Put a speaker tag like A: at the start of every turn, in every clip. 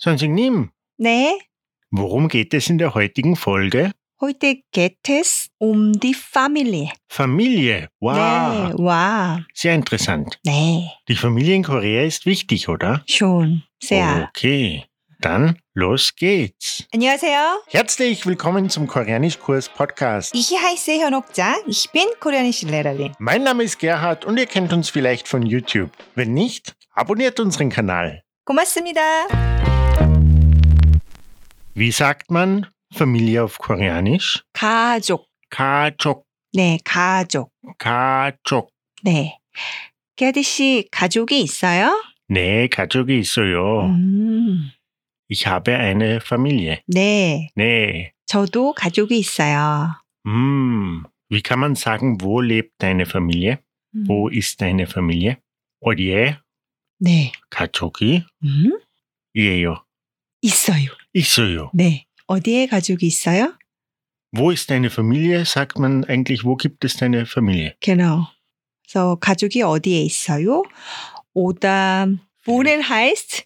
A: 선생님,
B: 네,
A: worum geht es in der heutigen Folge?
B: heute geht es um die Familie.
A: Familie. Wow,
B: 네, 와,
A: sehr interessant.
B: 네,
A: Die Familie in Korea ist wichtig, oder?
B: schon, sehr.
A: Okay, dann los geht's.
B: 안녕하세요.
A: Herzlich willkommen zum Koreanischkurs Podcast.
B: Ich heiße 현옥자. Ich bin koreanische Lehrerin.
A: Mein Name ist Gerhard und ihr kennt uns vielleicht von YouTube. Wenn nicht, abonniert unseren Kanal.
B: 고맙습니다.
A: Wie sagt man Familie auf Koreanisch?
B: 가족.
A: 가족,
B: 네, 가족.
A: 가족.
B: 네. 게디 씨 가족이 있어요?
A: 네, 가족이 있어요.
B: Mhm. 음,
A: Ich habe eine Familie.
B: 네,
A: Nee.
B: 저도 가족이 있어요.
A: Hm. Wie kann man sagen, wo lebt deine Familie?
B: 음,
A: Wo ist deine Familie? 어디에?
B: 네,
A: 가족이
B: 음?
A: 예요.
B: 있어요.
A: 있어요.
B: 네, 어디에 가족이 있어요?
A: Wo ist deine Familie? Sagt man eigentlich, wo gibt es deine Familie?
B: Genau. 그래서 가족이 어디에 있어요? 오다 wohnen heißt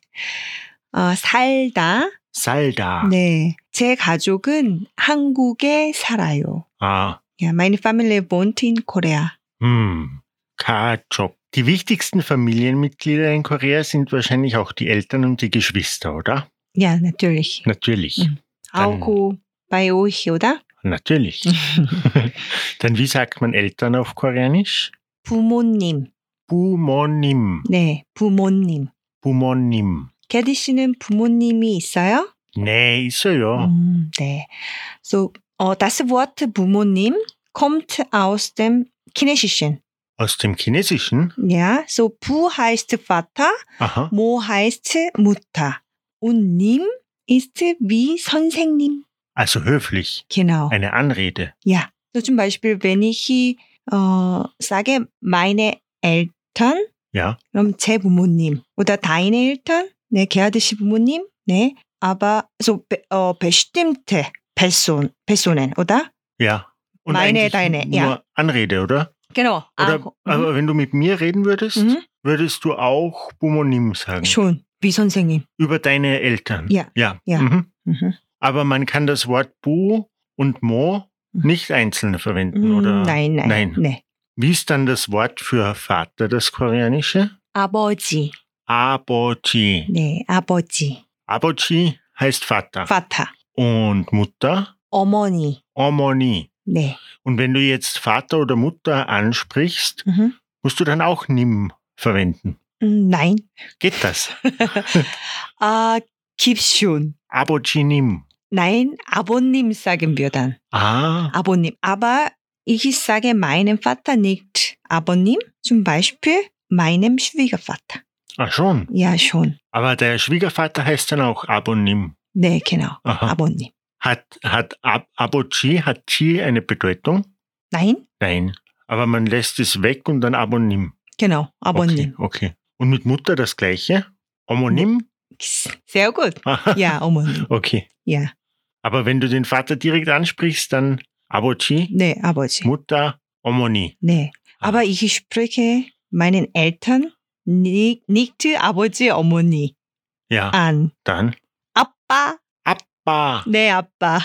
B: 어, 살다.
A: Salda.
B: 네. 제 가족은 한국에 살아요.
A: Ah.
B: Ja, meine Familie wohnt in Korea.
A: Hm. 가족. Die wichtigsten Familienmitglieder in Korea sind wahrscheinlich auch die Eltern und die Geschwister, oder?
B: Ja, natürlich.
A: 네. Natürlich.
B: Mhm. Auch bei euch, oder?
A: Natürlich.
B: Mhm.
A: Dann wie sagt man Eltern auf Koreanisch?
B: 부모님.
A: 부모님.
B: 네, 부모님.
A: 부모님.
B: 게디 씨는 부모님이 있어요?
A: 네, 있어요.
B: 음, 네. So, 어, das Wort 부모님 kommt aus dem Chinesischen.
A: Aus dem Chinesischen.
B: Ja, so Bu heißt Vater,
A: Aha.
B: Mo heißt Mutter und Nim ist wie Sonsennim.
A: Also höflich.
B: Genau.
A: Eine Anrede.
B: Ja. So zum Beispiel, wenn ich äh, sage, meine Eltern,
A: Ja.
B: 그럼 제 부모님 oder deine Eltern, 네, 게하드시 부모님, 네, aber so be, 어, bestimmte Person, Personen, oder?
A: Ja.
B: Meine,
A: eigentlich
B: deine,
A: nur
B: ja.
A: Anrede, oder?
B: Genau.
A: Oder
B: 아,
A: aber wenn du mit mir reden würdest,
B: 음, 음,
A: würdest du auch Bumonim sagen.
B: Mhm. schon, wie 선생님.
A: Über deine Eltern.
B: Ja.
A: Ja.
B: Ja.
A: Mhm.
B: Mhm.
A: Aber man kann das Wort Bu und Mo
B: Mhm.
A: nicht einzeln verwenden,
B: 음,
A: oder?
B: nein, nein,
A: Nein.
B: 네.
A: Wie ist dann das Wort für Vater, das koreanische?
B: 아버지,
A: Abochi.
B: 네, 아버지.
A: Abochi heißt Vater.
B: 파타,
A: Und Mutter?
B: 어머니.
A: Omoni.
B: 네.
A: Und wenn du jetzt Vater oder Mutter ansprichst,
B: Mhm.
A: musst du dann auch Nim verwenden.
B: 음, 나인.
A: Geht das?
B: 아, 깁슌.
A: Abochi Nim.
B: 나인 아버님 sagen wir dann.
A: Ah,
B: 아버님. Aber ich sage meinem Vater nicht 아버님. Zum Beispiel meinem Schwiegervater.
A: ah schon.
B: Ja, schon.
A: Aber der Schwiegervater heißt dann auch Abonim.
B: 네, genau.
A: Aha.
B: 아버님.
A: Hat, hat Ab Abochi, hat Chi eine Bedeutung?
B: 나인?
A: Nein. Aber man lässt es weg und dann Abonim.
B: genau.
A: Okay,
B: 아버님.
A: okay. Und mit Mutter das gleiche? Omonim?
B: Sehr gut. Ja, 어머님.
A: Okay.
B: Ja.
A: Aber wenn du den Vater direkt ansprichst, dann Abochi,
B: 네, 아버지.
A: Mutter, Omoni.
B: 네. Aber ich spreche meinen Eltern nicht, nicht 아버지, 어머니
A: Ja,
B: an.
A: dann
B: 아빠.
A: Abba.
B: 네, 아빠.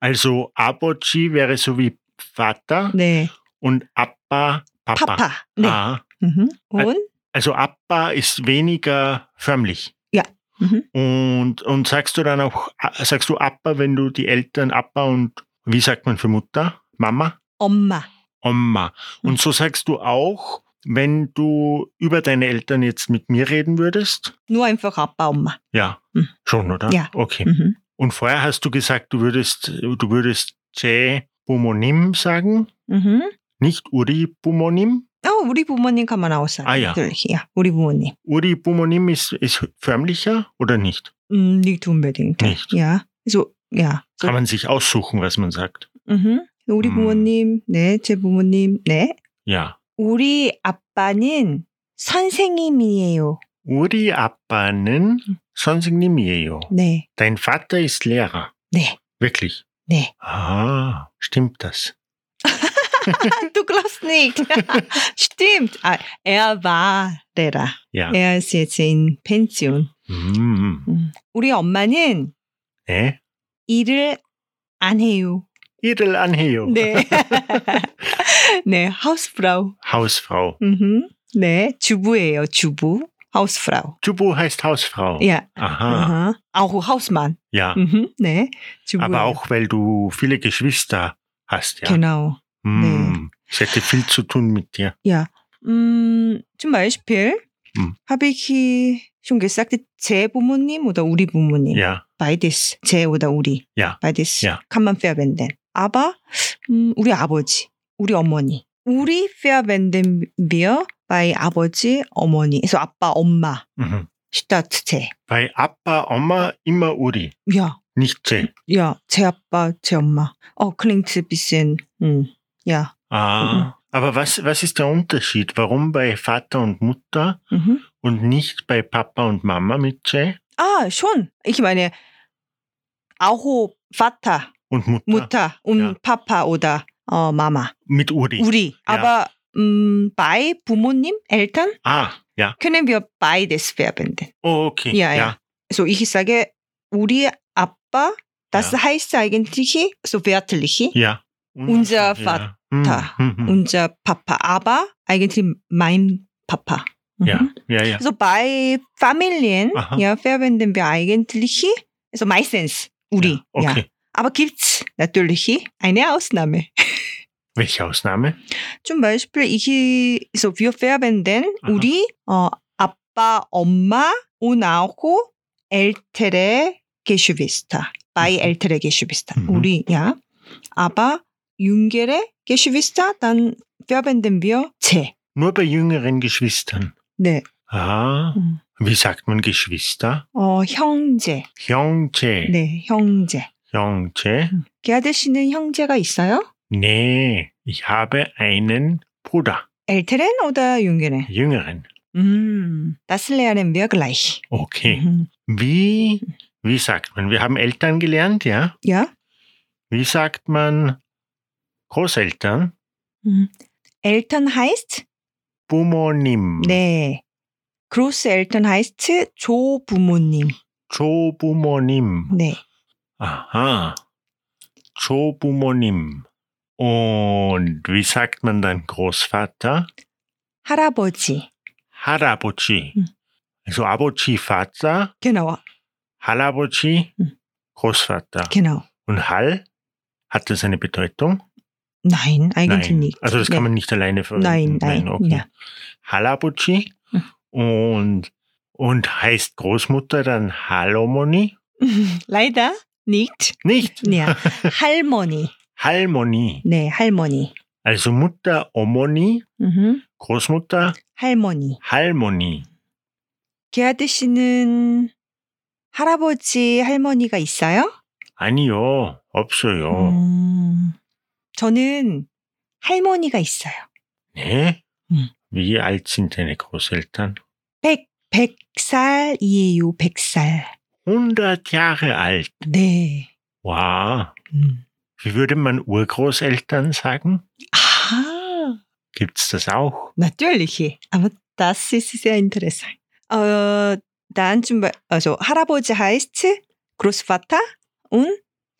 A: Also Abochi wäre so wie Vater
B: 네.
A: und Abba Papa.
B: 파파. 네.
A: Ah,
B: Mhm. Und?
A: also Abba ist weniger förmlich.
B: Ja. Mhm.
A: Und, und sagst du dann auch, äh, sagst du Abba, wenn du die Eltern Abba und wie sagt man für Mutter? Mama?
B: 엄마.
A: Oma.
B: Mhm.
A: Und so sagst du auch, wenn du über deine Eltern jetzt mit mir reden würdest?
B: Nur einfach Papa, Oma.
A: Ja.
B: Mhm.
A: Schon, oder?
B: Ja.
A: Okay.
B: Mhm.
A: Und vorher hast du gesagt, du würdest, du würdest Che Bumonim sagen?
B: Mhm.
A: Nicht Uri Bumonim.
B: 어, 우리 부모님 가만 나오세요.
A: 아, 야.
B: 야, 우리 부모님.
A: Uri Bumonim ist, ist förmlicher oder nicht?
B: 음, nicht unbedingt.
A: Nicht.
B: Ja. So, ja. So,
A: Kann man sich aussuchen, was man sagt.
B: mhm. 우리
A: 음.
B: 부모님, 네, 제 부모님, 네.
A: Ja.
B: 우리 아빠는 선생님이에요.
A: Uri Appanen Sonsignimiejo.
B: 네,
A: Dein Vater ist Lehrer.
B: 네,
A: Wirklich.
B: 네.
A: Ah, stimmt das?
B: 아, du glaubst nicht. 아, Stimmt. Ah, er war Lehrer.
A: Ja. 아. Mm.
B: Er ist jetzt in Pension.
A: 음,
B: 음. 우리 엄마는
A: 네.
B: 일을 안 해요.
A: 일을 안 해요.
B: 네. 네, 하우스프라우.
A: Hausfrau.
B: 음 네, 주부예요, 주부. 하우스프라우.
A: Jubu heißt Hausfrau.
B: Ja.
A: Aha,
B: Aha. Auch Hausmann.
A: ja.
B: Mhm. Nee, Jubu.
A: Aber auch, weil du viele Geschwister hast, ja.
B: Genau.
A: Hm, Es hätte viel zu tun mit dir.
B: 음, zum Beispiel
A: 음.
B: habe ich schon gesagt, 제 부모님 oder 우리 부모님.
A: Ja,
B: Beides. 제 oder 우리.
A: Ja.
B: Beides
A: Ja.
B: kann man verwenden. Aber 음, 우리 아버지, 우리 어머니. 우리 verwenden wir bei 아버지, 어머니. 그래서 아빠, 엄마.
A: mhm.
B: statt 제.
A: Bei Appa, Oma immer Uri,
B: Ja.
A: nicht C.
B: Ja, 제 아빠, 제 엄마. Oh, klingt ein bisschen, 음, ja.
A: Ah. Aber was, was ist der Unterschied? Warum bei Vater und Mutter
B: Mhm.
A: und nicht bei Papa und Mama mit C
B: Ah, schon. Ich meine, auch Vater,
A: und Mutter,
B: Mutter und
A: Ja.
B: Papa oder äh, Mama.
A: mit Uri?
B: Uri. Aber ähm, bei Bumonim, Eltern,
A: Ah, ja.
B: können wir beides verwenden.
A: Oh, okay.
B: Ja, ja. Also ich sage, Uri, Appa, das
A: Ja.
B: heißt eigentlich so wörtlich
A: Ja. Ja.
B: Unser Vater.
A: Mhm, mhm.
B: unser Papa, aber eigentlich mein Papa. Mhm.
A: Ja, ja, ja.
B: Also bei Familien
A: Aha.
B: ja, verwenden wir eigentlich, also meistens Uri.
A: Ja, okay.
B: Aber gibt's natürlich eine Ausnahme.
A: Welche Ausnahme?
B: Zum Beispiel, ich, so wir verwenden
A: Aha.
B: 우리 어, 아빠, 엄마 und auch ältere Geschwister. Bei
A: Mhm.
B: ältere Geschwister.
A: Mhm.
B: 우리, ja. Aber jüngere Geschwister, dann verwenden wir 제.
A: Nur bei jüngeren Geschwistern.
B: 네.
A: Ah,
B: 음.
A: wie sagt man Geschwister?
B: 어, 형제.
A: Hyongche.
B: 네, 형제.
A: Hyongche.
B: 게아드 씨는 형제가 있어요?
A: Nee, ich habe einen Bruder,
B: älteren oder
A: 네.
B: jüngeren?
A: jüngeren.
B: 음, das lernen wir gleich.
A: Okay.
B: 음,
A: Wie, wie sagt man? Wir haben Eltern gelernt, ja?
B: ja?
A: Wie sagt man Großeltern?
B: 음. Eltern heißt?
A: Bumonim.
B: 네. Großeltern heißt 조부모님.
A: Chobumonim.
B: 네.
A: Aha. Chobumonim. Und wie sagt man dann Großvater?
B: 할아버지.
A: Harabochi.
B: Hm.
A: Also Abochi Vater,
B: Genau,
A: Halabochi
B: Hm.
A: Großvater.
B: genau.
A: Und Hal, hat das eine Bedeutung?
B: Nein, eigentlich
A: nein.
B: nicht.
A: Also das kann
B: 네.
A: man nicht alleine
B: Nein,
A: verwenden.
B: nein,
A: okay.
B: ja.
A: Halabuchi
B: Hm.
A: und, und heißt Großmutter dann Halomoni?
B: Leider nicht.
A: Nicht
B: Ja. 할머니.
A: Halmoni.
B: 네, 할머니.
A: Also Mutter Omoni,
B: 음,
A: Großmutter
B: 할머니.
A: Halmoni.
B: 게아드 씨는 할아버지, 할머니가 있어요?
A: Ah, 아니요, 없어요.
B: Mhm. 음, 저는 할머니가 있어요.
A: 네?
B: 음.
A: Ne? Wie alt sind deine Großeltern?
B: 100, 100살이에요, 100살.
A: 100 Jahre alt.
B: 네.
A: Wow.
B: 음.
A: Wie würde man Urgroßeltern sagen?
B: 아,
A: Gibt's das auch?
B: natürlich. Aber das ist sehr interessant. 어, 난 좀, 봐- also, 할아버지 heißt Großvater und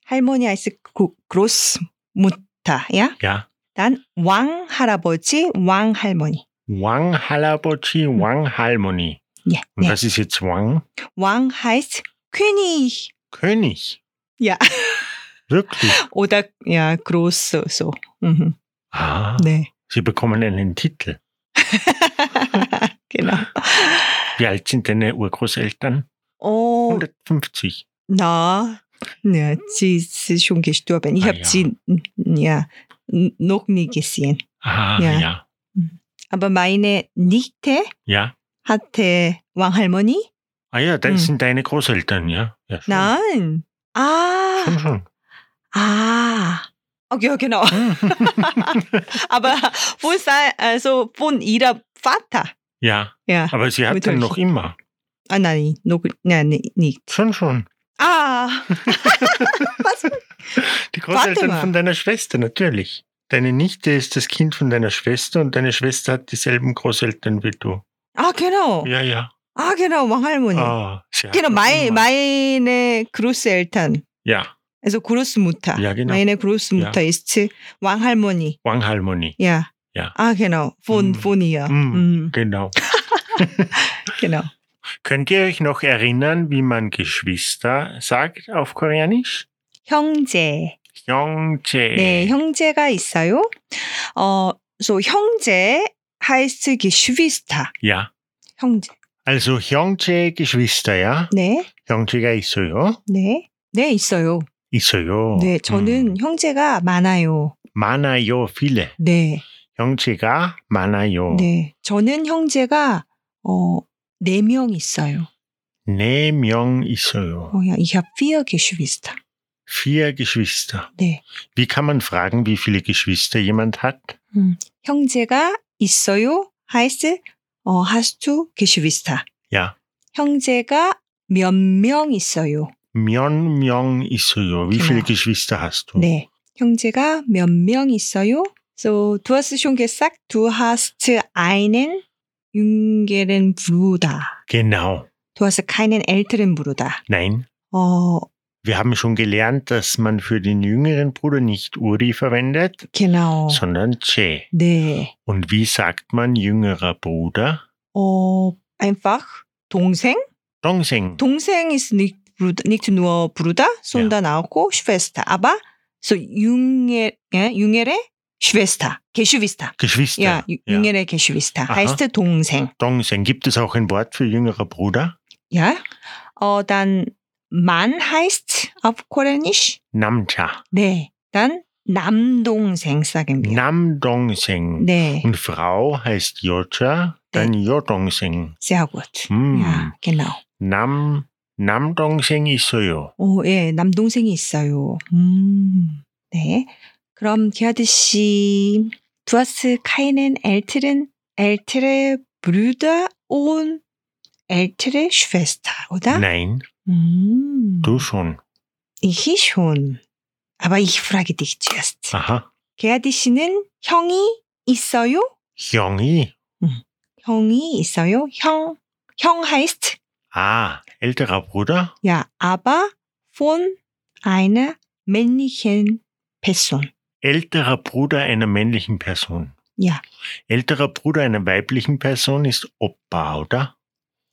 B: 할머니 heißt Gro- Großmutter, ja?
A: Ja.
B: 난 왕할아버지, 왕할머니.
A: Wang Halabochi, Wang Halmoni.
B: 예,
A: Und
B: 네.
A: was ist jetzt Wang?
B: 왕 heißt König.
A: König.
B: Ja.
A: Wirklich?
B: Oder ja, groß so. Mhm.
A: Ah,
B: Nee.
A: sie bekommen einen Titel.
B: genau.
A: Wie alt sind deine Urgroßeltern?
B: Oh,
A: 150.
B: na. Ja, sie sie ist schon gestorben. Ich
A: Ah,
B: habe
A: ja.
B: sie n- ja n- noch nie gesehen.
A: Ah,
B: Ja.
A: ja.
B: Aber meine Nichte
A: Ja.
B: hatte Wanghalmoni.
A: Ah ja, das
B: Hm.
A: sind deine Großeltern, ja. ja schon.
B: Nein. Ah,
A: Schon, schon.
B: ah. Okay, ja, genau.
A: Hm.
B: Aber von, sein- also von ihrem Vater.
A: ja,
B: Ja.
A: aber sie hat
B: Mit
A: dann
B: euch.
A: noch immer.
B: Ah, nein, noch, nein, nicht.
A: Schon, schon.
B: Ah,
A: Die
B: Warte
A: Großeltern
B: mal.
A: von deiner Schwester, natürlich. Deine Nichte ist das Kind von deiner Schwester und deine Schwester hat dieselben Großeltern wie du.
B: ah genau.
A: Ja, ja.
B: Ah, genau, Manghalmoni.
A: Ah, sehr
B: genau,
A: gut.
B: meine, meine Großeltern,
A: Ja,
B: also Großmutter.
A: Ja, genau.
B: Meine Großmutter ist Wanghalmoni.
A: Wanghalmonie.
B: Ja.
A: Ja.
B: Ah, genau, von,
A: Mhm.
B: von ihr.
A: Mhm.
B: Mhm,
A: Genau.
B: Genau.
A: Könnt ihr euch noch erinnern, wie man Geschwister sagt auf Koreanisch?
B: 형제.
A: 형제.
B: 네, 형제가 있어요. 어, so 형제 heißt Geschwister.
A: Ja.
B: 형제.
A: Also 형제 Geschwister, ja?
B: 네,
A: 형제가 있어요?
B: 네. 네, 있어요.
A: 있어요.
B: 네, 저는
A: 음.
B: 형제가 많아요.
A: 많아요, viele.
B: 네,
A: 형제가 많아요.
B: 네. 저는 형제가 어, 네 명 있어요.
A: 네 명 있어요.
B: 어, ja, ich habe vier Geschwister.
A: Vier Geschwister.
B: 네.
A: Wie kann man fragen, wie viele Geschwister jemand hat?
B: 음, 형제가 있어요. heißt 어, hast du Geschwister.
A: Ja.
B: 형제가 몇 명 있어요.
A: 명, 명 있어요. Wie
B: Genau.
A: viele Geschwister hast du?
B: 네. 형제가 몇 명 있어요? So, du hast schon gesagt, du hast einen jüngeren Bruder.
A: Genau.
B: Du hast keinen älteren Bruder.
A: Nein.
B: 어,
A: Wir haben schon gelernt, dass man für den jüngeren Bruder nicht Uri verwendet,
B: genau.
A: sondern Che.
B: 네.
A: Und wie sagt man jüngerer Bruder?
B: 어, einfach 동생?
A: Dongseng.
B: 동생 ist nicht, Bruder, nicht nur Bruder, sondern auch Schwester. Aber so jüngere, 예? jüngere Schwester. Geschwister.
A: Geschwister.
B: Ja, jü- jüngere Geschwister.
A: Aha.
B: Heißt 동생.
A: Dongseng. Gibt es auch ein Wort für jüngerer Bruder?
B: Ja. 어, dann Mann heißt auf Koreanisch.
A: Namcha.
B: 네. dann 남동생 sagen wir.
A: Namdongseng.
B: 네.
A: Und Frau heißt Yocha, dann Yodongseng.
B: sehr gut.
A: 음.
B: Ja, genau.
A: Nam, Namdongseng 있어요.
B: 오, 예, 남동생이 있어요. 음. 네. 그럼 기아드 씨, du hast keinen älteren, ältere Brüder und ältere Schwester, oder?
A: Nein,
B: 음.
A: du schon.
B: Ich schon. Aber ich frage dich zuerst.
A: Aha.
B: 게아디 씨는 형이 있어요?
A: Hyongi.
B: 형이 있어요? 형, 형 heißt,
A: Ah, älterer Bruder?
B: ja, aber von einer männlichen Person.
A: Älterer Bruder einer männlichen Person.
B: Ja.
A: Älterer Bruder einer weiblichen Person ist Opa, oder?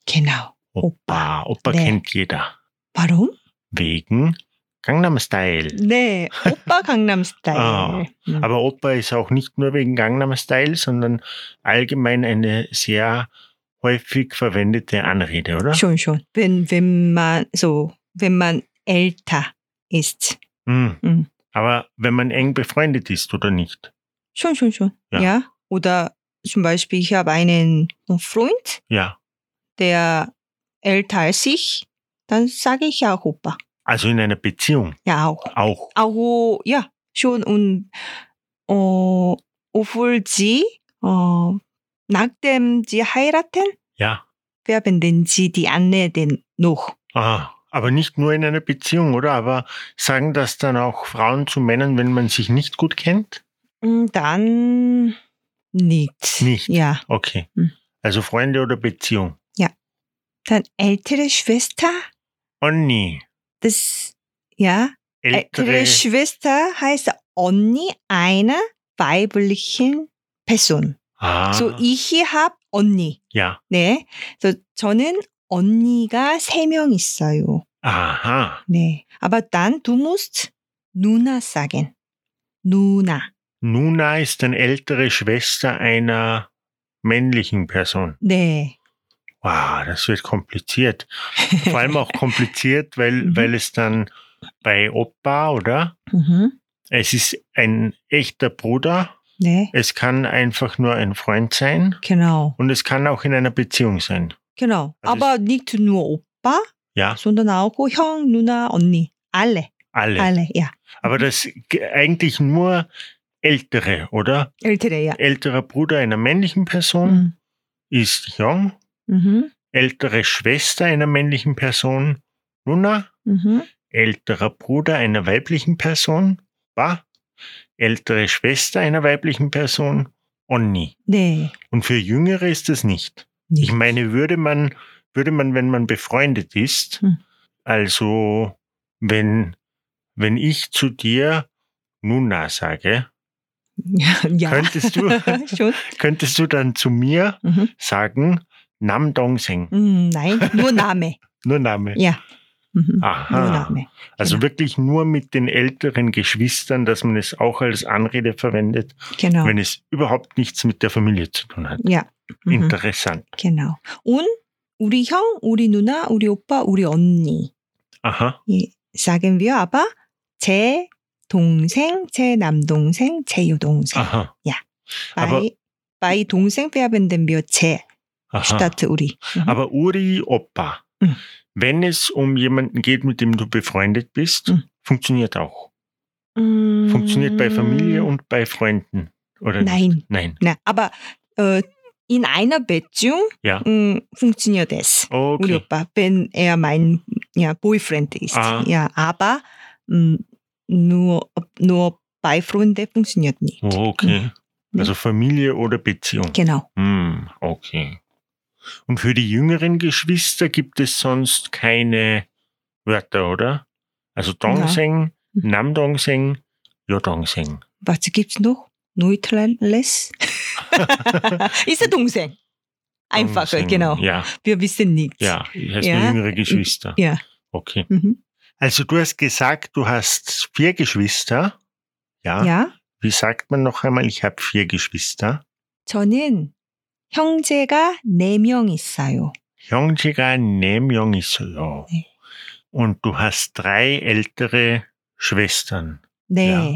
B: Genau.
A: Opa. Opa
B: Nee.
A: kennt jeder.
B: Warum?
A: Wegen Gangnam Style.
B: 음? 네, 오빠 강남스타일.
A: 아,
B: 음.
A: Aber Opa ist auch nicht nur wegen Gangnam Style, sondern allgemein eine sehr häufig verwendete Anrede, oder?
B: schon, schon. Wenn, wenn man so, wenn man älter ist.
A: Mhm.
B: Mhm.
A: Aber wenn man eng befreundet ist oder nicht?
B: Schon, schon, schon.
A: Ja.
B: Ja. Oder zum Beispiel, ich habe einen Freund,
A: Ja.
B: der älter als ich, dann sage ich auch Opa.
A: Also in einer Beziehung
B: Ja, auch.
A: auch.
B: auch ja, schon und äh, obwohl sie äh, nachdem sie heiraten,
A: Ja.
B: werden denn sie die Anne denn noch.
A: Ah, aber nicht nur in einer Beziehung, oder? Aber sagen das dann auch Frauen zu Männern, wenn man sich nicht gut kennt?
B: Und dann nicht.
A: Nicht.
B: Ja,
A: Okay.
B: Mhm.
A: Also Freunde oder Beziehung.
B: dann ältere Schwester,
A: Onni.
B: das ja, ältere,
A: Ältere.
B: Schwester heißt Onni einer weiblichen Person.
A: Ah,
B: So ich habe Onni.
A: ja.
B: 네. So 저는 언니가 세 명 있어요.
A: Aha.
B: 네. Aber dann, du musst Nuna sagen. Nuna.
A: Nuna ist eine ältere Schwester einer männlichen Person.
B: 네.
A: Wow, das wird kompliziert. Vor allem auch kompliziert, weil,
B: Mhm.
A: weil es dann bei Opa, oder?
B: Mhm.
A: Es ist ein echter Bruder.
B: 네.
A: Es kann einfach nur ein Freund sein.
B: Genau.
A: Und es kann auch in einer Beziehung sein.
B: Genau.
A: Also
B: Aber nicht nur Opa,
A: Ja,
B: sondern auch 형, 누나, 언니. Alle.
A: alle.
B: Alle, ja.
A: Aber das g- eigentlich nur ältere, oder?
B: ältere, ja.
A: Älterer Bruder einer männlichen Person
B: 음.
A: ist Hyung.
B: Mhm.
A: Ältere Schwester einer männlichen Person Nuna.
B: Mhm.
A: Älterer Bruder einer weiblichen Person Ba. Ältere Schwester einer weiblichen Person Onni.
B: 네.
A: Und für Jüngere ist es nicht. Ich meine, würde man würde man, wenn man befreundet ist,
B: Hm.
A: also wenn, wenn ich zu dir Nuna sage,
B: Ja,
A: könntest, du,
B: schon.
A: könntest du dann zu mir
B: Mhm.
A: sagen Nam Dongseng,
B: 음, nein, nur Name.
A: nur Name.
B: Ja. Mhm. Nur
A: Aha.
B: Name.
A: Also
B: genau.
A: wirklich nur mit den älteren Geschwistern, dass man es auch als Anrede verwendet,
B: Genau.
A: wenn es überhaupt nichts mit der Familie zu tun hat.
B: Ja. Mhm.
A: Interessant.
B: genau. 온 우리 형, 우리 누나, 우리 오빠, 우리 언니.
A: Aha.
B: 이 sagen wir aber 제 동생, 제 남동생, 제 여동생.
A: Aha. aber-
B: bei bei 동생 verwenden wir 제
A: aha.
B: statt 우리. Mhm.
A: Aber Uri, Opa,
B: Mhm.
A: wenn es um jemanden geht, mit dem du befreundet bist,
B: Mhm.
A: funktioniert auch.
B: 음.
A: Funktioniert bei Familie und bei Freunden. Oder nicht?
B: Mm. Nein.
A: Nein.
B: Na, aber äh, in einer Beziehung
A: Ja.
B: 음, funktioniert es. 우리
A: Okay.
B: 오빠, wenn er mein ja, Boyfriend ist.
A: Ah.
B: Ja, aber 음, nur, nur bei Freunden funktioniert nicht.
A: Oh, Okay.
B: Mhm.
A: Also Familie oder Beziehung.
B: Genau.
A: Hm, okay. Und für die jüngeren Geschwister gibt es sonst keine Wörter, oder? Also Dongseng,
B: Mhm.
A: Namdongseng, Yodongseng.
B: Was gibt's noch? Neutrales? ist der 동생. Einfacher,
A: Dongseng,
B: genau.
A: Ja,
B: Wir wissen nichts.
A: ja. Heißt
B: Ja.
A: nur jüngere Geschwister.
B: Ja.
A: Okay.
B: Mhm.
A: Also du hast gesagt, du hast vier Geschwister. Ja.
B: ja.
A: Wie sagt man noch einmal, ich habe vier Geschwister?
B: 저는 형제가 네 명 있어요.
A: Hyongjiga Nemyong Isoyo.
B: 네.
A: Und du hast drei ältere Schwestern.
B: 네.
A: 야.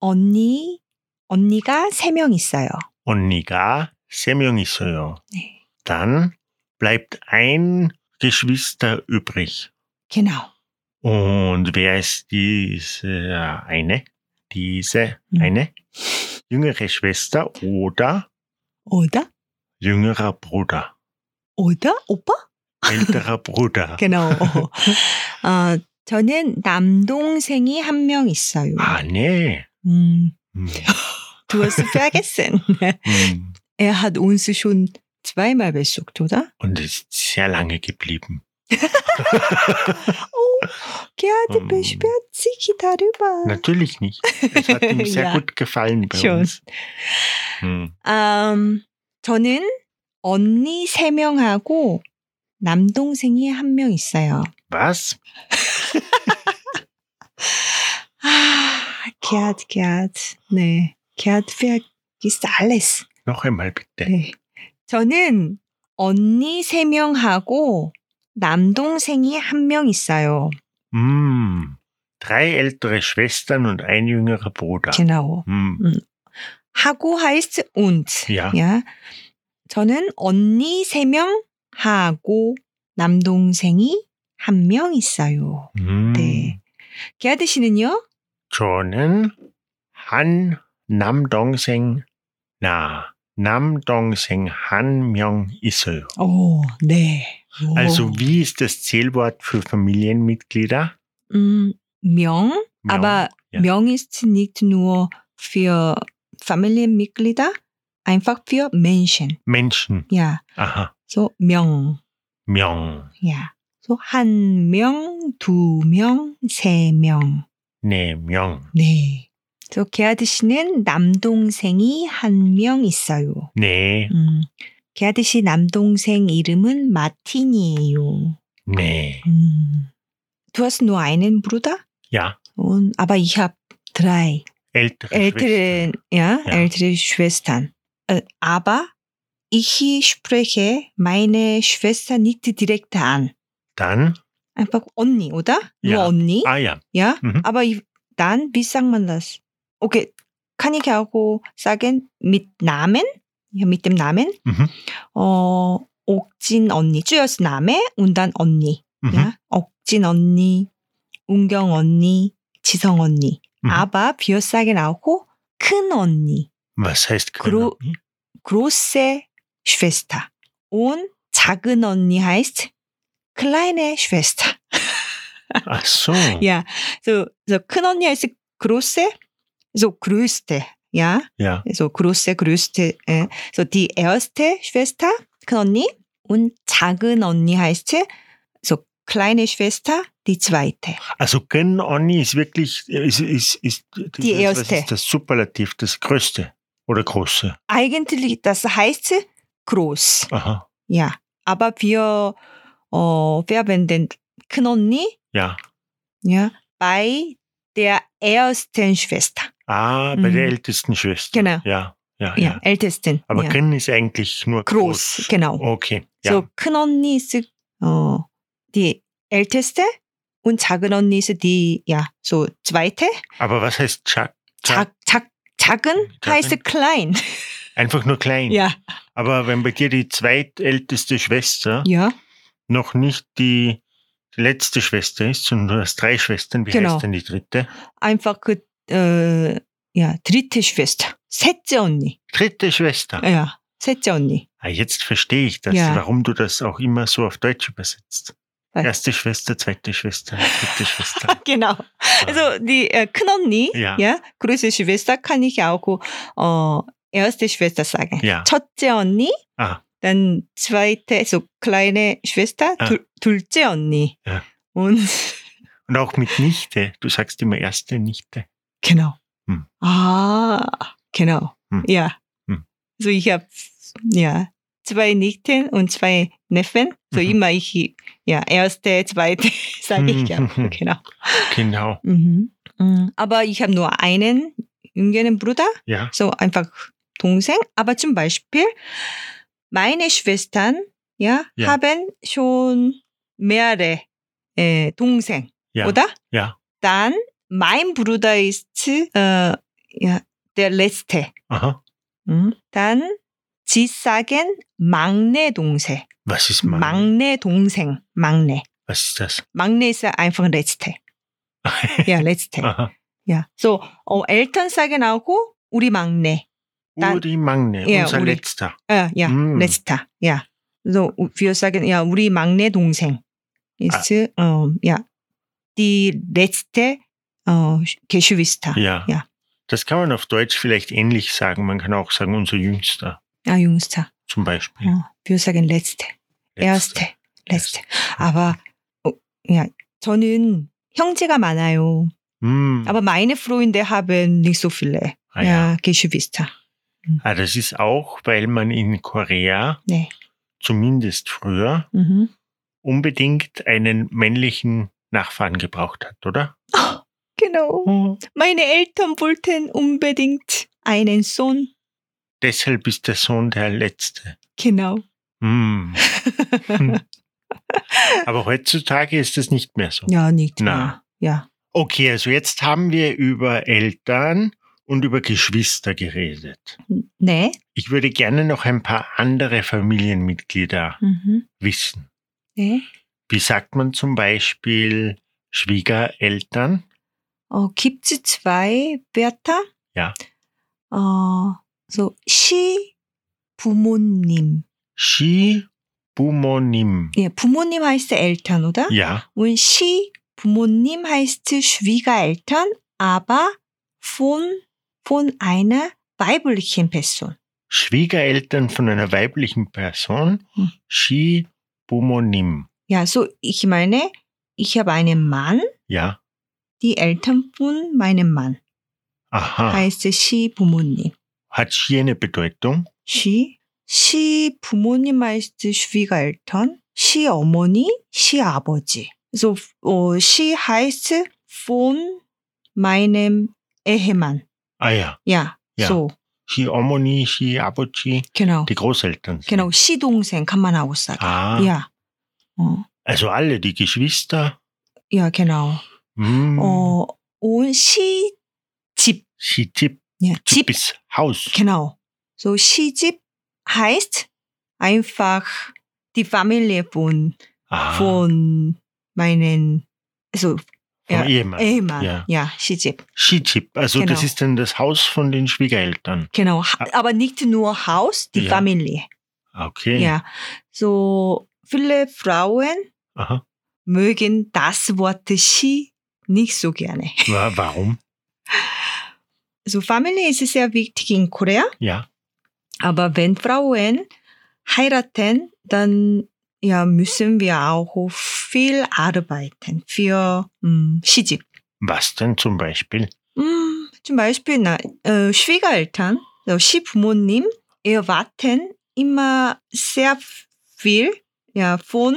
B: 언니, 언니가 세 명 있어요.
A: Onniga Semyong Isoyo.
B: 네.
A: Dann bleibt ein Geschwister übrig.
B: Genau.
A: Und wer ist diese äh, eine? Diese
B: Hm.
A: eine? Jüngere Schwester oder
B: Oder?
A: jüngerer Bruder?
B: Oder? 오빠?
A: Älterer Bruder.
B: genau. 어, 저는 남동생이 한 명 있어요.
A: Ah, nee.
B: 음,
A: Hm.
B: du hast vergessen.
A: Hm.
B: er hat uns schon zweimal besucht, oder?
A: Und ist sehr lange geblieben.
B: Oh, gerade
A: 음. 네.
B: beschwert sich darüber.
A: Natürlich nicht. Es hat ihm sehr
B: Ja.
A: gut gefallen bei
B: Schon.
A: uns. Hm.
B: 음, 저는 언니 세 명하고 남동생이 한 명 있어요.
A: Was?
B: 아, Gerd, Gerd. 네. Gerd vergisst alles.
A: Noch einmal bitte.
B: 네. 저는 언니 세명하고 남동생이 한 명 있어요.
A: Hm. Drei ältere Schwestern und ein jüngerer Bruder.
B: genau.
A: Hm.
B: 하고 heißt und.
A: Ja.
B: 야. 저는 언니 세명하고 남동생이 한 명 있어요.
A: Hm.
B: 네. 게아드 씨는요?
A: 저는 한 남동생 나 남동생 한 명 있어요.
B: 오, 네. 오.
A: Also wie ist das Zählwort für Familienmitglieder?
B: 음, 명,
A: 명.
B: aber
A: ja.
B: 명 ist nicht nur für Familienmitglieder, einfach für Menschen.
A: Menschen.
B: Ja.
A: Aha.
B: so 명,
A: 명.
B: 야, so 한 명, 두 명, 세 명.
A: 네, 명.
B: 네. so 게아드 씨는 남동생이 한 명 있어요.
A: 네,
B: 음, 게아드 씨 남동생 이름은 마틴이에요.
A: 네.
B: 음, du hast nur einen Bruder?
A: Ja,
B: Und, aber ich habe drei
A: ältere
B: ältere,
A: Schwestern.
B: ja,
A: Ja.
B: ältere Schwestern. Äh, aber ich spreche meine Schwester nicht direkt an.
A: Dann,
B: Einfach Onni, oder?
A: Ja.
B: Nur Onni.
A: ah ja,
B: Ja.
A: Mhm.
B: Aber ich, dann, wie sagt man das? Okay, kann ich auch sagen, mit Namen, ja, mit dem Namen,
A: mhm.
B: äh, Okjin Onni, zuerst Name und dann Onni.
A: Mhm.
B: Ja? Okjin Onni, Ungyong Onni, Jisung Onni.
A: Mhm.
B: Aber wir sagen auch 큰 언니,
A: was heißt
B: Gro-
A: Grün?
B: große Schwester. Und 작은 언니 heißt kleine Schwester.
A: Ach so,
B: Ja, so, so 큰언니 heißt große, so größte, ja,
A: ja.
B: 예. so große, größte, äh, so die erste Schwester, 큰언니, Und 작은 언니 heißt so kleine Schwester, die zweite.
A: Also Gen Onni ist wirklich ist, ist, ist,
B: Die
A: das-
B: erste.
A: Was ist das Superlativ, das Größte oder Große.
B: Eigentlich, das heißt groß.
A: Aha.
B: Ja. Aber wir äh, verwenden 큰 언니
A: Ja.
B: ja, bei der ersten Schwester.
A: Ah, bei der
B: Mhm.
A: ältesten Schwester.
B: Genau.
A: Ja, ja, ja.
B: Ja, ältesten.
A: Aber
B: ja.
A: Gen ist eigentlich nur
B: groß,
A: groß.
B: genau.
A: Okay. Ja.
B: So, 큰 언니 ist 어, die älteste und 작은 언니 ist die, ja, so zweite.
A: Aber was heißt Chuck?
B: 작, 작, 음, 작은 음.
A: 작은?
B: heißt klein.
A: Einfach nur klein.
B: Ja,
A: Aber wenn bei dir die zweitälteste Schwester
B: ja.
A: noch nicht die letzte Schwester ist, sondern du hast drei Schwestern, wie
B: Genau.
A: heißt denn die dritte?
B: Einfach 그, 어, ja, dritte Schwester. 셋째 언니.
A: Dritte Schwester.
B: Ja, 셋째 언니.
A: Ah, jetzt verstehe ich das,
B: Äh. Ja.
A: warum du das auch immer so auf Deutsch übersetzt.
B: Was?
A: Erste Schwester, zweite Schwester, dritte Schwester.
B: genau. Also die äh, 큰 언니, 예?
A: Ja.
B: ja, große Schwester kann ich auch äh, erste Schwester sagen.
A: Ja.
B: 첫째 언니,
A: Ah.
B: dann zweite, so kleine Schwester,
A: Ah.
B: 둘- 둘째 언니.
A: Ja.
B: Und
A: Und auch mit Nichte. Du sagst immer erste Nichte.
B: genau.
A: Hm.
B: Ah, genau.
A: Hm.
B: Ja.
A: Hm.
B: So ich habe ja zwei Nichten und zwei Neffen. So
A: Mhm.
B: immer ich ja erste, zweite sage ich ja.
A: Mhm.
B: Genau.
A: Genau.
B: Mhm. Mhm. Aber ich habe nur einen jüngeren Bruder,
A: Ja.
B: so einfach 동생. Aber zum Beispiel meine Schwestern ja,
A: Ja.
B: haben schon mehrere äh, 동생,
A: Ja.
B: oder?
A: Ja.
B: Dann mein Bruder ist äh, ja, der letzte.
A: Aha.
B: Mhm. Dann sie sagen 막내 동생,
A: Was ist Mann?
B: 막내 동생, 막내.
A: Was ist das?
B: 막내 ist einfach letzte. Ja, letzte.
A: Aha.
B: 야, so 어, 엘턴 싸게 나오고 우리 막내, Dann-
A: Uri Magne,
B: Ja,
A: unser
B: Uri.
A: letzter. Hm.
B: 아, 야,
A: 음.
B: 레스타, 야, so wir sagen, 야, 우리 막내 동생 ist, 어, 야, die letzte, 어, Geschwister,
A: Ja.
B: Ja.
A: Das kann man auf Deutsch vielleicht ähnlich sagen. Man kann auch sagen, unser jüngster
B: 아, 용스타,
A: zum Beispiel.
B: 어, wir sagen letzte,
A: Letzter.
B: erste, letzte. aber, 어, 야, 저는 형제가 많아요.
A: Hm.
B: aber meine Freunde haben nicht so viele,
A: ah, ja.
B: ja, Geschwister,
A: Ah, das ist auch, weil man in Korea,
B: 네,
A: zumindest früher,
B: 음,
A: unbedingt einen männlichen Nachfahren gebraucht hat, oder? 음.
B: genau. Meine Eltern wollten unbedingt einen Sohn.
A: Deshalb ist der Sohn der Letzte.
B: Genau.
A: Hm. Hm. Aber heutzutage ist das nicht mehr so.
B: Ja, nicht.
A: Na.
B: Ja.
A: Okay, also jetzt haben wir über Eltern und über Geschwister geredet.
B: ja. Nee.
A: Ich würde gerne noch ein paar andere Familienmitglieder
B: Mhm.
A: wissen.
B: 네.
A: Wie sagt man zum Beispiel Schwiegereltern?
B: 어, gibt es Äh, zwei Wörter?
A: Ja.
B: 어, so, 시, 부모님.
A: Shi Bumonim.
B: 예, 부모님 heißt Eltern, oder?
A: Ja,
B: Und 시, 부모님 heißt Schwiegereltern, aber von, von einer weiblichen Person.
A: Schwiegereltern von einer weiblichen Person.
B: Hm.
A: Shi Bumonim.
B: Ja, so, ich meine, ich habe einen Mann,
A: Ja,
B: die Eltern von meinem Mann
A: aha.
B: heißt 시 부모님.
A: Hat Shi eine Bedeutung?
B: 시, 시 부모님 heißt Schwiegereltern, 시 어머니, 시 아버지. So, 어, 시 heißt von meinem Ehemann.
A: Ah ja,
B: Ja,
A: Ja.
B: so,
A: Shi Omoni, Shi Abochi,
B: genau.
A: die Großeltern. sind.
B: Genau, 시 동생 kann man auch sagen.
A: Ah,
B: Ja. 어,
A: also alle, die Geschwister.
B: ja, genau.
A: Hm.
B: 어, 온시 집.
A: Shi Tip,
B: Ja,
A: Tip
B: 집.
A: ist Haus.
B: Genau. So, 시집 heißt einfach die Familie von,
A: Ah,
B: von meinen, also
A: vom
B: ja,
A: Ehemann.
B: Ehemann.
A: Ah, Ja.
B: Ja. 시집.
A: Shi Tip, also das
B: Genau.
A: ist dann das Haus von den Schwiegereltern.
B: Genau. Ha-
A: Ah.
B: Aber nicht nur Haus, die
A: Ja.
B: Familie.
A: Okay.
B: Ja. So, viele Frauen
A: Aha.
B: mögen das Wort 시 nicht so gerne.
A: Wa- Warum?
B: Also, Familie ist sehr wichtig in Korea.
A: Ja.
B: Aber wenn Frauen heiraten, dann ja, müssen wir auch viel arbeiten für mm, 음, 시집.
A: Was denn zum Beispiel?
B: 음, zum Beispiel na, äh, Schwiegereltern, so Stiefmutter, erwarten immer sehr viel ja, von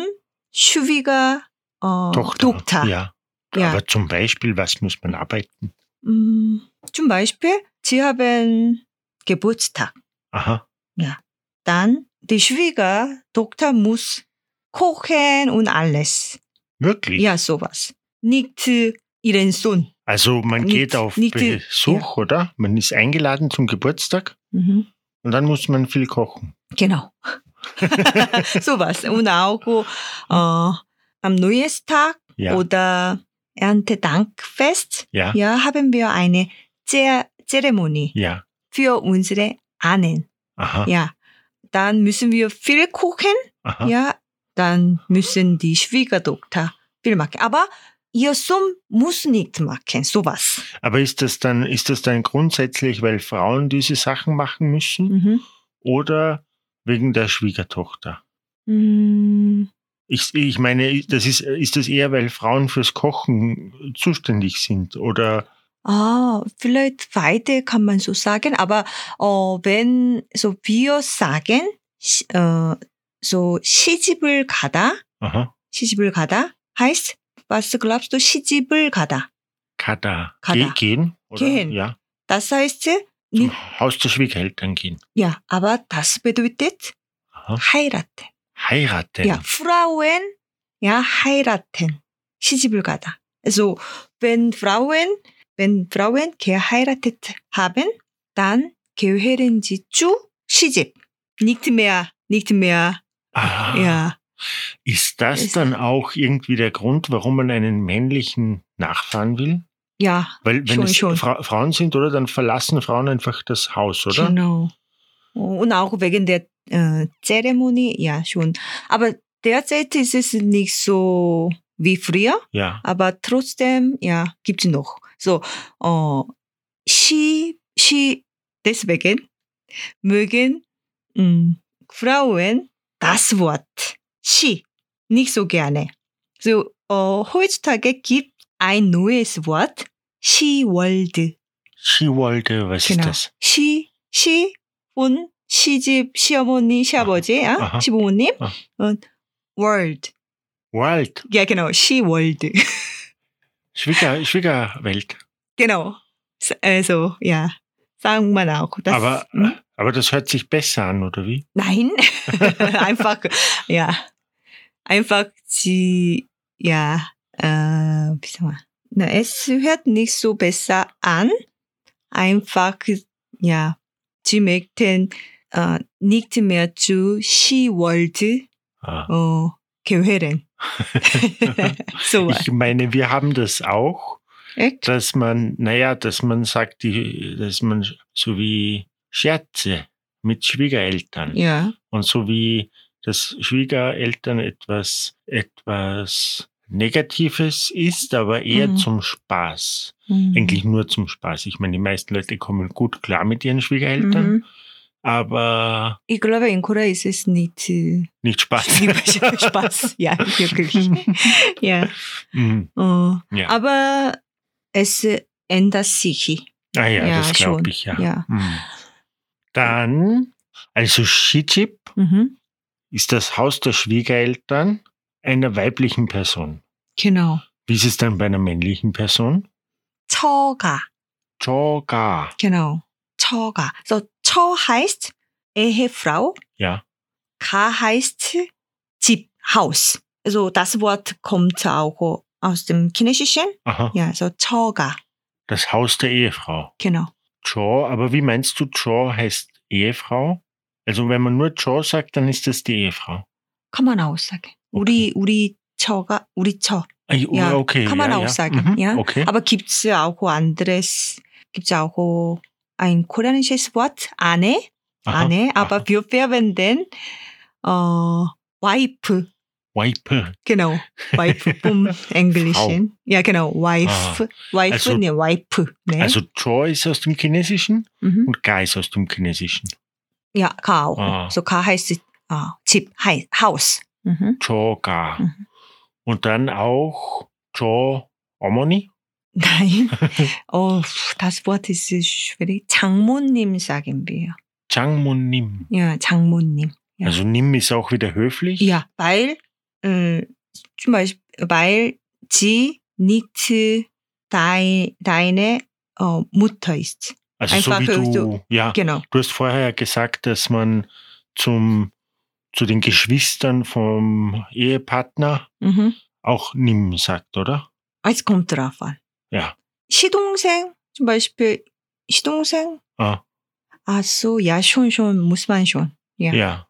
B: Schwieger 어,
A: Tochter.
B: Tochter.
A: Ja.
B: Oh, Ja.
A: Aber zum Beispiel, was muss man arbeiten?
B: 음, zum Beispiel, sie haben Geburtstag.
A: Aha.
B: Dann die Schwiegertochter muss kochen und alles.
A: Wirklich?
B: Ja, sowas. Nicht ihren Sohn.
A: Also man
B: Nicht-
A: geht auf
B: nicht die-
A: Besuch, oder? Man ist eingeladen zum Geburtstag und dann muss man viel kochen.
B: Genau. sowas. Und auch äh, am Neuestag
A: Ja.
B: oder Erntedankfest
A: ja.
B: ja, haben wir eine Ze- Zeremonie
A: Ja.
B: für unsere Ahnen.
A: Aha.
B: Ja. Dann müssen wir viel kochen.
A: Aha.
B: Ja, dann müssen die Schwiegertochter viel machen. Aber ihr Sohn muss nicht machen, sowas.
A: Aber ist das dann, ist das dann grundsätzlich, weil Frauen diese Sachen machen müssen
B: Mhm.
A: oder wegen der Schwiegertochter?
B: Mhm. Mm,
A: Ich, ich meine, das ist, ist das eher, weil Frauen fürs Kochen zuständig sind oder
B: Ah, vielleicht beide kann man so sagen, aber äh, wenn so wir sagen, 시, äh, so 시집을 가다,
A: aha,
B: 시집을 가다 heißt, was glaubst du, 시집을 가다?
A: Kada,
B: Kada.
A: Ge gehen? Oder,
B: Gehen.
A: Ja,
B: Das heißt,
A: zum
B: nicht,
A: Haus der Schwiegereltern gehen.
B: ja, aber das bedeutet
A: Aha.
B: heiraten.
A: Heiraten.
B: Ja, Frauen, ja, heiraten. 시집을 가다. Also, wenn Frauen, wenn Frauen geheiratet haben, dann gehören sie zu 시집. Nicht mehr, nicht mehr,
A: Ah,
B: ja.
A: Ist das
B: Ist-
A: dann auch irgendwie der Grund, warum man einen männlichen Nachfahren will?
B: Ja,
A: Weil wenn
B: Schon,
A: es
B: schon.
A: Fra Frauen sind, oder, dann verlassen Frauen einfach das Haus, oder?
B: genau. Und auch wegen der äh, Zeremonie, ja, schon. Aber derzeit ist es nicht so wie früher,
A: Ja.
B: aber trotzdem, ja, gibt es noch. So, 어, 시, 시, deswegen mögen 음, Frauen das Wort 시 nicht so gerne. So, 어, heutzutage gibt ein neues Wort 시월드.
A: Skiwolde, was
B: Genau.
A: ist das?
B: 시, 시, 온, 시집, 시어머니, 시아버지, 아,
A: 아하.
B: 시부모님,
A: 아.
B: 어, world.
A: Wald,
B: Ja, genau, 시월드.
A: Schwieger, Schwiegerwelt.
B: Genau. S- eh, Also, ja. Sagen wir mal auch. Das,
A: aber,
B: hm?
A: aber das hört sich besser an, oder wie?
B: Nein. einfach, ja. Einfach die, ja, äh, wie sag mal. Na, es hört nicht so besser an. Einfach, ja. Sie möchten äh, nicht mehr zu SheWorld
A: Ah.
B: äh, gehören. so eh, was.
A: Ich meine, wir haben das auch,
B: Echt?
A: dass man, naja, dass man sagt, die, dass man so wie Scherze mit Schwiegereltern
B: Ja.
A: und so wie dass Schwiegereltern etwas, etwas Negatives ist, aber eher
B: Mhm.
A: zum Spaß.
B: 음.
A: Eigentlich nur zum Spaß. Ich meine, die meisten Leute kommen gut klar mit ihren Schwiegereltern,
B: Mhm.
A: aber
B: Ich glaube, in Korea ist es nicht. äh,
A: nicht Spaß.
B: Spaß. Spaß. Ja, wirklich. ja.
A: Mhm.
B: Oh.
A: ja.
B: Aber es ändert sich.
A: Ah ja,
B: Ja,
A: das
B: schon.
A: glaube ich ja.
B: Ja.
A: Hm. Dann, also Shijib
B: Mhm.
A: ist das Haus der Schwiegereltern einer weiblichen Person.
B: Genau.
A: Wie ist es dann bei einer männlichen Person?
B: 처가.
A: Choga.
B: Genau. 처가. So, 처 heißt Ehefrau.
A: Ja.
B: 가 heißt 집, Haus. Also das Wort kommt auch aus dem Chinesischen.
A: Aha.
B: Ja, so 처가.
A: Das Haus der Ehefrau.
B: Genau.
A: Cho, aber wie meinst du, Cho heißt Ehefrau? Also wenn man nur Cho sagt, dann ist das die Ehefrau.
B: kann man auch sagen. 우리 우리 처가 우리 처.
A: Ah,
B: Ja,
A: okay.
B: kann man
A: ja,
B: auch
A: ja.
B: sagen,
A: Mhm,
B: ja.
A: Okay.
B: Aber gibt's auch anderes? Gibt's auch ein koreanisches Wort? 아내?
A: Aha.
B: 아내?
A: Aha.
B: Aber wir verwenden 어 wife.
A: Wipe.
B: Genau. Wife vom Englischen. Ja, genau. Wife. Wife,
A: Also-
B: ne, wife. Ne?
A: Also Cho ist aus dem Chinesischen
B: mhm.
A: und Ga ist aus dem Chinesischen.
B: Ja, Ka auch.
A: Ah.
B: So Ka heißt 어, 집, 하이, 하우스. 음.
A: 조가.
B: Mhm.
A: Und dann auch 조 어머니?
B: Nein. oh, das Wort ist schwierig. 장모님 sagen wir.
A: 장모님.
B: Ja, 장모님. Ja.
A: Also 님 ist auch wieder höflich.
B: Ja, weil, äh, zum Beispiel, weil sie nicht dein, deine äh, Mutter ist.
A: also so
B: einfach
A: wie du,
B: so-
A: ja,
B: Genau.
A: du hast vorher gesagt, dass man zum zu den Geschwistern vom Ehepartner
B: Mhm.
A: auch 님 sagt, oder?
B: 아, Es kommt drauf an.
A: Ja.
B: 시동생, zum Beispiel, 시동생? 아,
A: Ah,
B: Ach so, ja, schon, schon, muss man schon. Ja.
A: ja.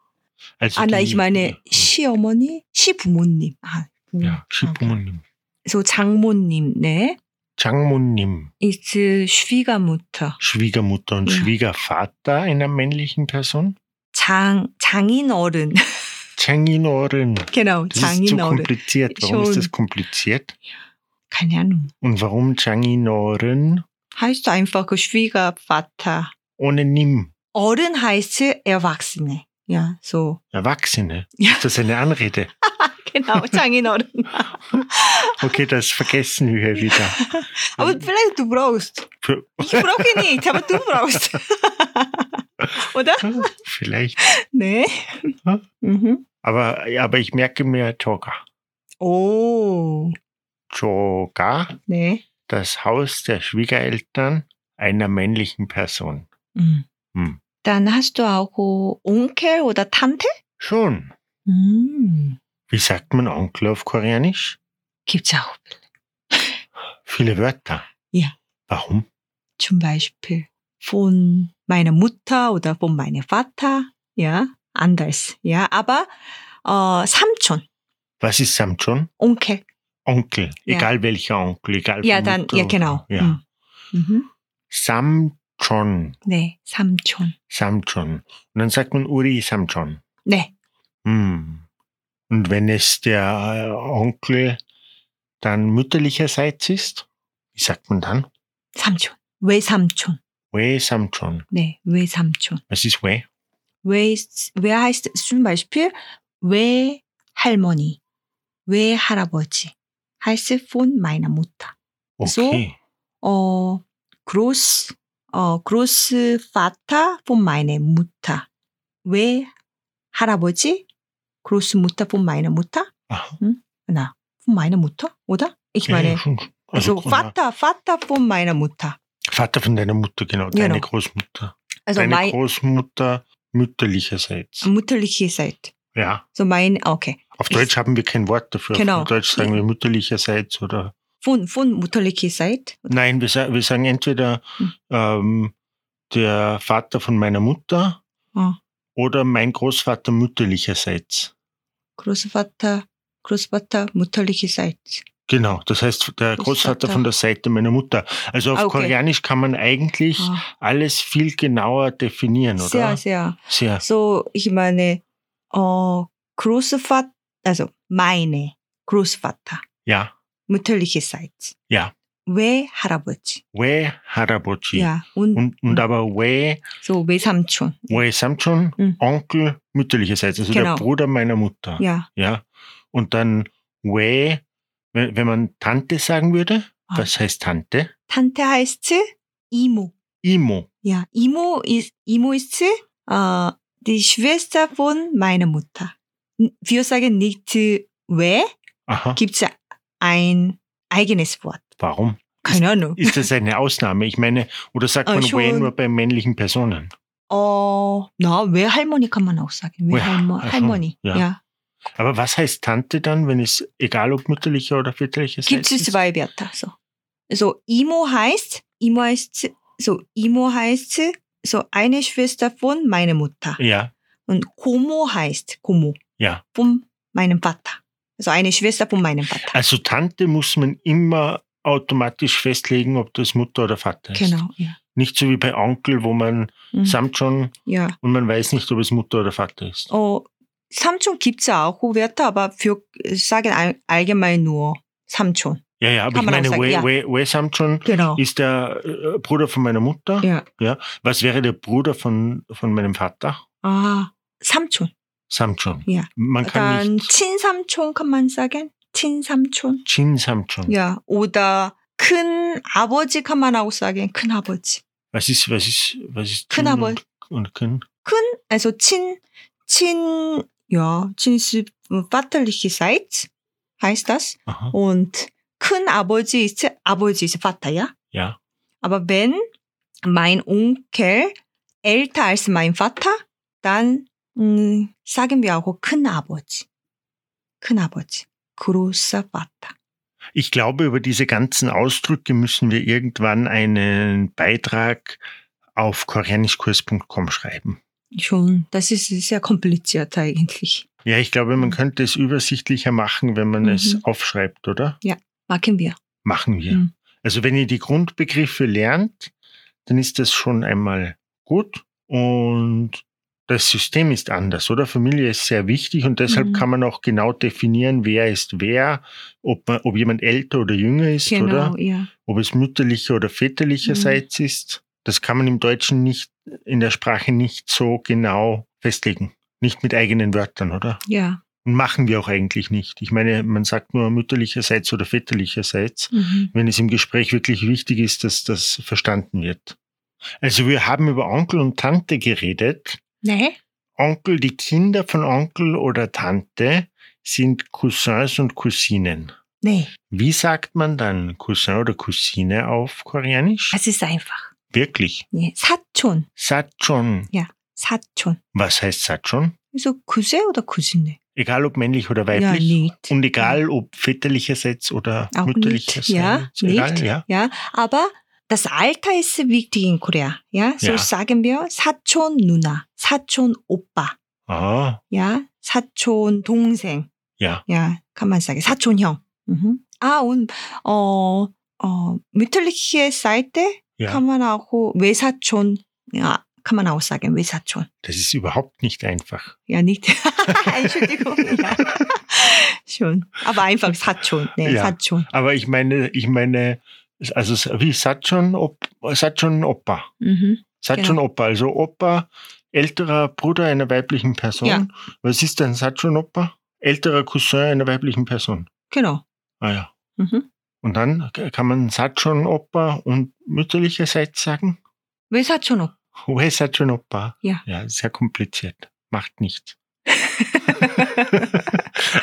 A: Also
B: 아, 나,
A: die-
B: ich meine,
A: 음.
B: 시어머니, 시부모님. 아, 부-
A: ja, 시부모님.
B: so 장모님, 네.
A: 장모님,
B: Ist äh, Schwiegermutter.
A: Schwiegermutter und
B: Ja.
A: Schwiegervater einer männlichen Person?
B: 장, 장인어른.
A: 장인어른.
B: genau,
A: Das ist zu
B: 장인어른.
A: kompliziert. Warum
B: Schon.
A: ist das kompliziert?
B: keine Ahnung.
A: Und warum 장인어른
B: Heißt einfach äh, Schwiegervater.
A: ohne 님?
B: 어른 heißt äh, Erwachsene. Ja, so.
A: Erwachsene.
B: Ja.
A: Ist das eine Anrede?
B: Genau, 장인어른.
A: Okay, das vergessen wir wieder.
B: Aber vielleicht du brauchst.
A: Für-
B: Ich brauche nicht, aber du brauchst. Oder?
A: Vielleicht.
B: 네.
A: 어?
B: Mhm.
A: Aber, aber ich merke mir Joga.
B: 오.
A: Joga,
B: 네.
A: das Haus der Schwiegereltern einer männlichen Person. Hm.
B: 음.
A: 음.
B: Dann hast du auch äh, Onkel oder Tante?
A: Schon.
B: 음.
A: Wie sagt man Onkel auf Koreanisch?
B: Gibt's auch.
A: Viele Wörter.
B: Ja.
A: Warum?
B: Zum Beispiel von meiner Mutter oder von meinem Vater. Ja, anders. Ja, aber 어, 삼촌,
A: Was ist Samchon?
B: Onkel.
A: Onkel.
B: Ja.
A: Egal welcher Onkel, egal
B: Ja,
A: von
B: dann,
A: Mutter
B: ja,
A: oder-
B: genau.
A: Ja.
B: 음. Mhm.
A: Samchon.
B: 네, 삼촌.
A: Samchon. Und dann sagt man Uri Samchon.
B: 네.
A: Hm. Und wenn es der äh, Onkel dann mütterlicherseits ist, wie sagt man dann?
B: 삼촌. 외삼촌.
A: Wei Samchon.
B: 네, 외삼촌.
A: Was ist Wei?
B: 외, 외 heißt zum Beispiel 외할머니, 외할아버지. heißt von meiner Mutter.
A: Okay.
B: 어, groß, 어, Großvater von meiner Mutter. 외할아버지, Großmutter von meiner Mutter.
A: Aha.
B: Na, von meiner Mutter, oder? Ich
A: Ja, ja,
B: meine,
A: schon.
B: also
A: na,
B: Vater, Vater von meiner Mutter.
A: Vater von deiner Mutter, genau. Deine
B: Genau.
A: Großmutter.
B: Also Mhm.
A: deine
B: mein
A: Großmutter
B: 아,
A: mütterlicherseits.
B: mütterliche Seite.
A: Ja.
B: So mein, okay.
A: Auf
B: Ich-
A: Deutsch haben wir kein Wort dafür.
B: Genau.
A: Auf Deutsch sagen wir mütterlicherseits oder.
B: Von, von mütterliche Seite.
A: Nein, wir, sa- wir sagen entweder
B: Hm.
A: ähm, der Vater von meiner Mutter
B: Ah.
A: oder mein Großvater mütterlicherseits.
B: Großvater, Großvater, mütterliche Seite.
A: Genau, das heißt der Großvater
B: Großvater.
A: von der Seite meiner Mutter. Also auf
B: Ah, okay.
A: Koreanisch kann man eigentlich
B: Ah,
A: alles viel genauer definieren, oder?
B: sehr, sehr.
A: Sehr.
B: So, ich meine, äh, Großvater, also meine Großvater,
A: Ja.
B: mütterliche Seite.
A: Ja.
B: 왜 할아버지?
A: We Harabochi.
B: Ja, und,
A: Und, und
B: Mhm.
A: aber we,
B: so 외삼촌.
A: we Samchon,
B: Mhm.
A: Onkel mütterlicherseits, also
B: Genau.
A: der Bruder meiner Mutter.
B: Ja,
A: Ja. Und dann we, wenn wenn man Tante sagen würde,
B: Ah.
A: was heißt Tante?
B: Tante heißt Imo.
A: Imo.
B: Ja, Imo ist, Imo ist äh, die Schwester von meiner Mutter. Wir sagen nicht äh, 왜,
A: Aha.
B: gibt es ein eigenes Wort.
A: Warum?
B: Keine Ahnung.
A: Ist das eine Ausnahme? Ich meine, oder sagt
B: Ah,
A: man we
B: schon.
A: nur bei männlichen Personen?
B: 어, 나 외할머니 가만 없어긴
A: 왜-
B: 외할머,
A: 아,
B: 할머니.
A: 야.
B: 야.
A: Aber was heißt Tante dann, wenn es egal ob mütterlicher oder väterlicher
B: Gibt es zwei Wörter. So. so, Imo heißt, Imo heißt, so, Imo heißt, so, eine Schwester von meiner Mutter.
A: Ja,
B: Und Komo heißt, Komo.
A: Ja.
B: Von meinem Vater. Also eine Schwester von meinem Vater.
A: also Tante muss man immer automatisch festlegen, ob das Mutter oder Vater ist.
B: genau, Mhm. ja.
A: Nicht so wie bei Onkel, wo man
B: 음,
A: samt schon
B: ja.
A: und man weiß nicht, ob es Mutter oder Vater ist.
B: 어, 삼촌 gibt's auch Wörter, aber für, sagen all- allgemein nur 삼촌.
A: Ja, ja, aber ich
B: Kann man auch
A: meine,
B: sagen,
A: we,
B: ja.
A: we, we samt schon
B: Genau.
A: ist der äh, Bruder von meiner
B: 예.
A: Mutter.
B: Ja.
A: Was wäre der Bruder von, von meinem Vater?
B: 아, 삼촌.
A: Samchon.
B: Ja.
A: Man kann
B: dann
A: nicht
B: 친삼촌 kann man sagen? 친삼촌.
A: Jin Samchon.
B: Ja. Oder 큰 아버지 kann man auch sagen. 큰 아버지.
A: Was ist, was ist, was ist
B: Können
A: Jin
B: aber-
A: und, und Kun?
B: Also 친, 친, ja, 친스 음, väterliche Seite heißt das.
A: Aha.
B: Und 큰 아버지 ist 아버지 ist Vater, ja?
A: Ja.
B: Aber wenn mein Onkel älter als mein Vater, dann 음, sagen wir auch 큰아버지. 큰아버지. großer Vater.
A: Ich glaube, über diese ganzen Ausdrücke müssen wir irgendwann einen Beitrag auf koreanischkurs.com schreiben.
B: Schon, das ist sehr kompliziert eigentlich.
A: Ja, ich glaube, man könnte es übersichtlicher machen, wenn man es
B: Mhm.
A: aufschreibt, oder?
B: Machen wir.
A: Machen wir.
B: Mhm.
A: Also wenn ihr die Grundbegriffe lernt, dann ist das schon einmal gut und das System ist anders, oder? Familie ist sehr wichtig und deshalb
B: Mhm.
A: kann man auch genau definieren, wer ist wer, ob, man, ob jemand älter oder jünger ist,
B: Genau,
A: oder?
B: ja.
A: Ob es mütterlicher oder väterlicherseits ist. Das kann man im Deutschen nicht, in der Sprache nicht so genau festlegen. Nicht mit eigenen Wörtern, oder?
B: Ja.
A: Und machen wir auch eigentlich nicht. Ich meine, man sagt nur mütterlicherseits oder väterlicherseits
B: Mhm.
A: wenn es im Gespräch wirklich wichtig ist, dass das verstanden wird. Also wir haben über Onkel und Tante geredet.
B: 네.
A: Onkel, die Kinder von Onkel oder Tante sind Cousins und Cousinen.
B: 네.
A: Wie sagt man dann Cousin oder Cousine auf Koreanisch?
B: Das ist einfach.
A: Wirklich.
B: 예. 사촌.
A: Satchon.
B: 사촌.
A: Was heißt Satchon?
B: 그래서 구세 oder 구신네.
A: Egal ob männlich oder
B: Ja,
A: weiblich.
B: nicht.
A: und egal ob väterlicherseits oder
B: Auch
A: mütterlicherseits.
B: nicht. Ja,
A: egal,
B: nicht.
A: ja.
B: Ja, aber das Alter ist wichtig in Korea. Ja, so
A: Ja.
B: sagen wir 사촌 누나, 사촌 오빠,
A: Ah,
B: ja, 사촌 동생,
A: ja.
B: ja, kann man sagen, 사촌 형. Mhm. Ah, und, 어, 어, mütterliche Seite
A: Ja.
B: kann man auch 외사촌, ja, kann man auch sagen, 외사촌.
A: Das ist überhaupt nicht einfach.
B: Ja, nicht. Entschuldigung. Ja. Schon. Aber einfach 사촌. Nee,
A: Ja.
B: 사촌.
A: Aber ich meine, ich meine, also wie Satchon, Op, Satchon Opa.
B: Mhm.
A: Satchon Opa, also Opa, älterer Bruder einer weiblichen Person.
B: Ja.
A: Was ist denn Satchon Opa? Älterer Cousin einer weiblichen Person.
B: Genau.
A: Ah ja.
B: Mhm.
A: Und dann äh, kann man Satchon Opa und mütterlicherseits sagen?
B: 외사촌 오빠.
A: Woher Satchon Opa?
B: Ja.
A: Ja, sehr kompliziert. Macht nichts.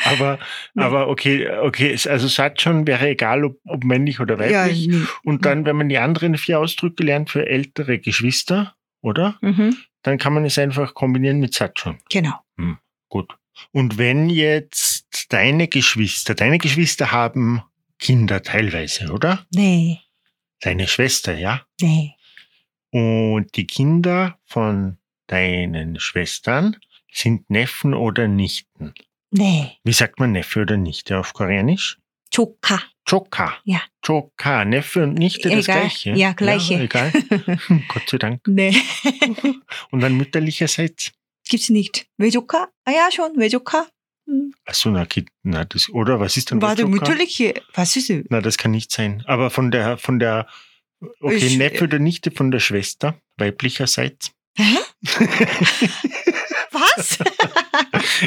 A: aber,
B: Nee.
A: aber okay, okay, also Satchon wäre egal, ob, ob männlich oder
B: Ja,
A: weiblich.
B: nee.
A: Und dann, wenn man die anderen vier Ausdrücke lernt für ältere Geschwister, oder?
B: Mhm.
A: Dann kann man es einfach kombinieren mit Satchon.
B: Genau.
A: Gut. Und wenn jetzt deine Geschwister, deine Geschwister haben Kinder teilweise, oder?
B: 네.
A: Deine Schwester, ja?
B: 네.
A: Und die Kinder von deinen Schwestern sind Neffen oder Nichten.
B: 네.
A: Wie sagt man Neffe oder Nichte auf Koreanisch?
B: 조카.
A: Choka.
B: Ja.
A: Choka. Neffe und Nichte das
B: Egal.
A: gleiche.
B: Ja, gleiche.
A: Ja, egal. Gott sei Dank.
B: 네.
A: Und dann mütterlicherseits?
B: Gibt's nicht. 외조카? 아, ja, schon. 외조카? 음,
A: Achso, na, Kind- na, das, oder was ist denn
B: Warte,
A: Ochoka?
B: mütterliche. Was ist es?
A: Na, das kann nicht sein. Aber von der, von der, okay,
B: Ich- äh,
A: Neffe oder Nichte von der Schwester, weiblicherseits.
B: Was?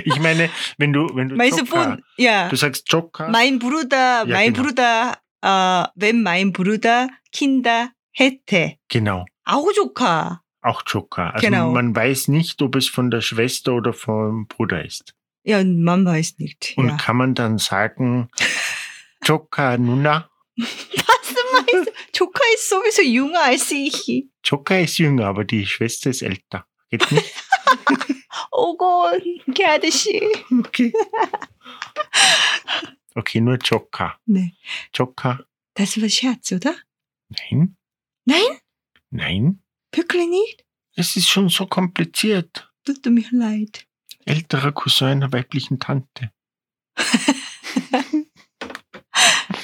A: Ich meine, wenn du, wenn du,
B: Meinst du
A: Choka-
B: von, ja.
A: du sagst Choka,
B: Mein
A: Ja,
B: Bruder, mein
A: genau.
B: Bruder, äh, wenn mein Bruder Kinder hätte.
A: genau,
B: auch 조카.
A: auch Choka. Also
B: Genau.
A: man weiß nicht, ob es von der Schwester oder vom Bruder ist.
B: Ja, man weiß nicht.
A: Und
B: ja.
A: kann man dann sagen, Choka Nuna?
B: Was meinst du? 조카 ist sowieso jünger als ich.
A: Choka ist jünger, aber die Schwester ist älter. Geht nicht?
B: 오고, 걔 아저씨.
A: Okay. Okay, nur Choka.
B: 네.
A: Choka.
B: Das war Scherz, oder?
A: Nein.
B: Nein?
A: Nein.
B: Wirklich nicht?
A: Es ist schon so kompliziert.
B: Tut mir leid.
A: Älterer Cousin einer weiblichen Tante.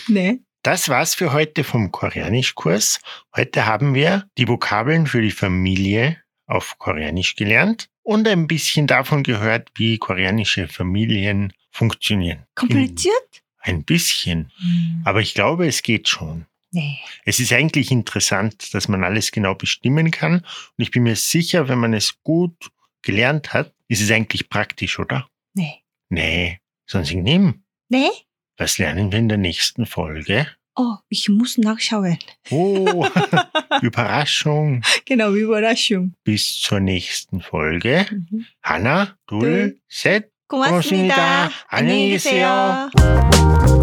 B: 네.
A: Das war's für heute vom Koreanischkurs. Heute haben wir die Vokabeln für die Familie auf Koreanisch gelernt und ein bisschen davon gehört, wie koreanische Familien funktionieren.
B: Kompliziert?
A: Ein bisschen.
B: 음.
A: Aber ich glaube, es geht schon.
B: 네.
A: Es ist eigentlich interessant, dass man alles genau bestimmen kann. Und ich bin mir sicher, wenn man es gut gelernt hat, ist es eigentlich praktisch, oder?
B: 네.
A: Nee, sonst nimm.
B: 네?
A: Das lernen wir in der nächsten Folge.
B: Oh, ich muss nachschauen.
A: Oh, Überraschung.
B: Genau, Überraschung.
A: Bis zur nächsten Folge.
B: Mhm.
A: 하나, 둘,
B: 둘,
A: 셋.
B: 고맙습니다.
A: 고맙습니다. 안녕히 계세요.
B: 계세요.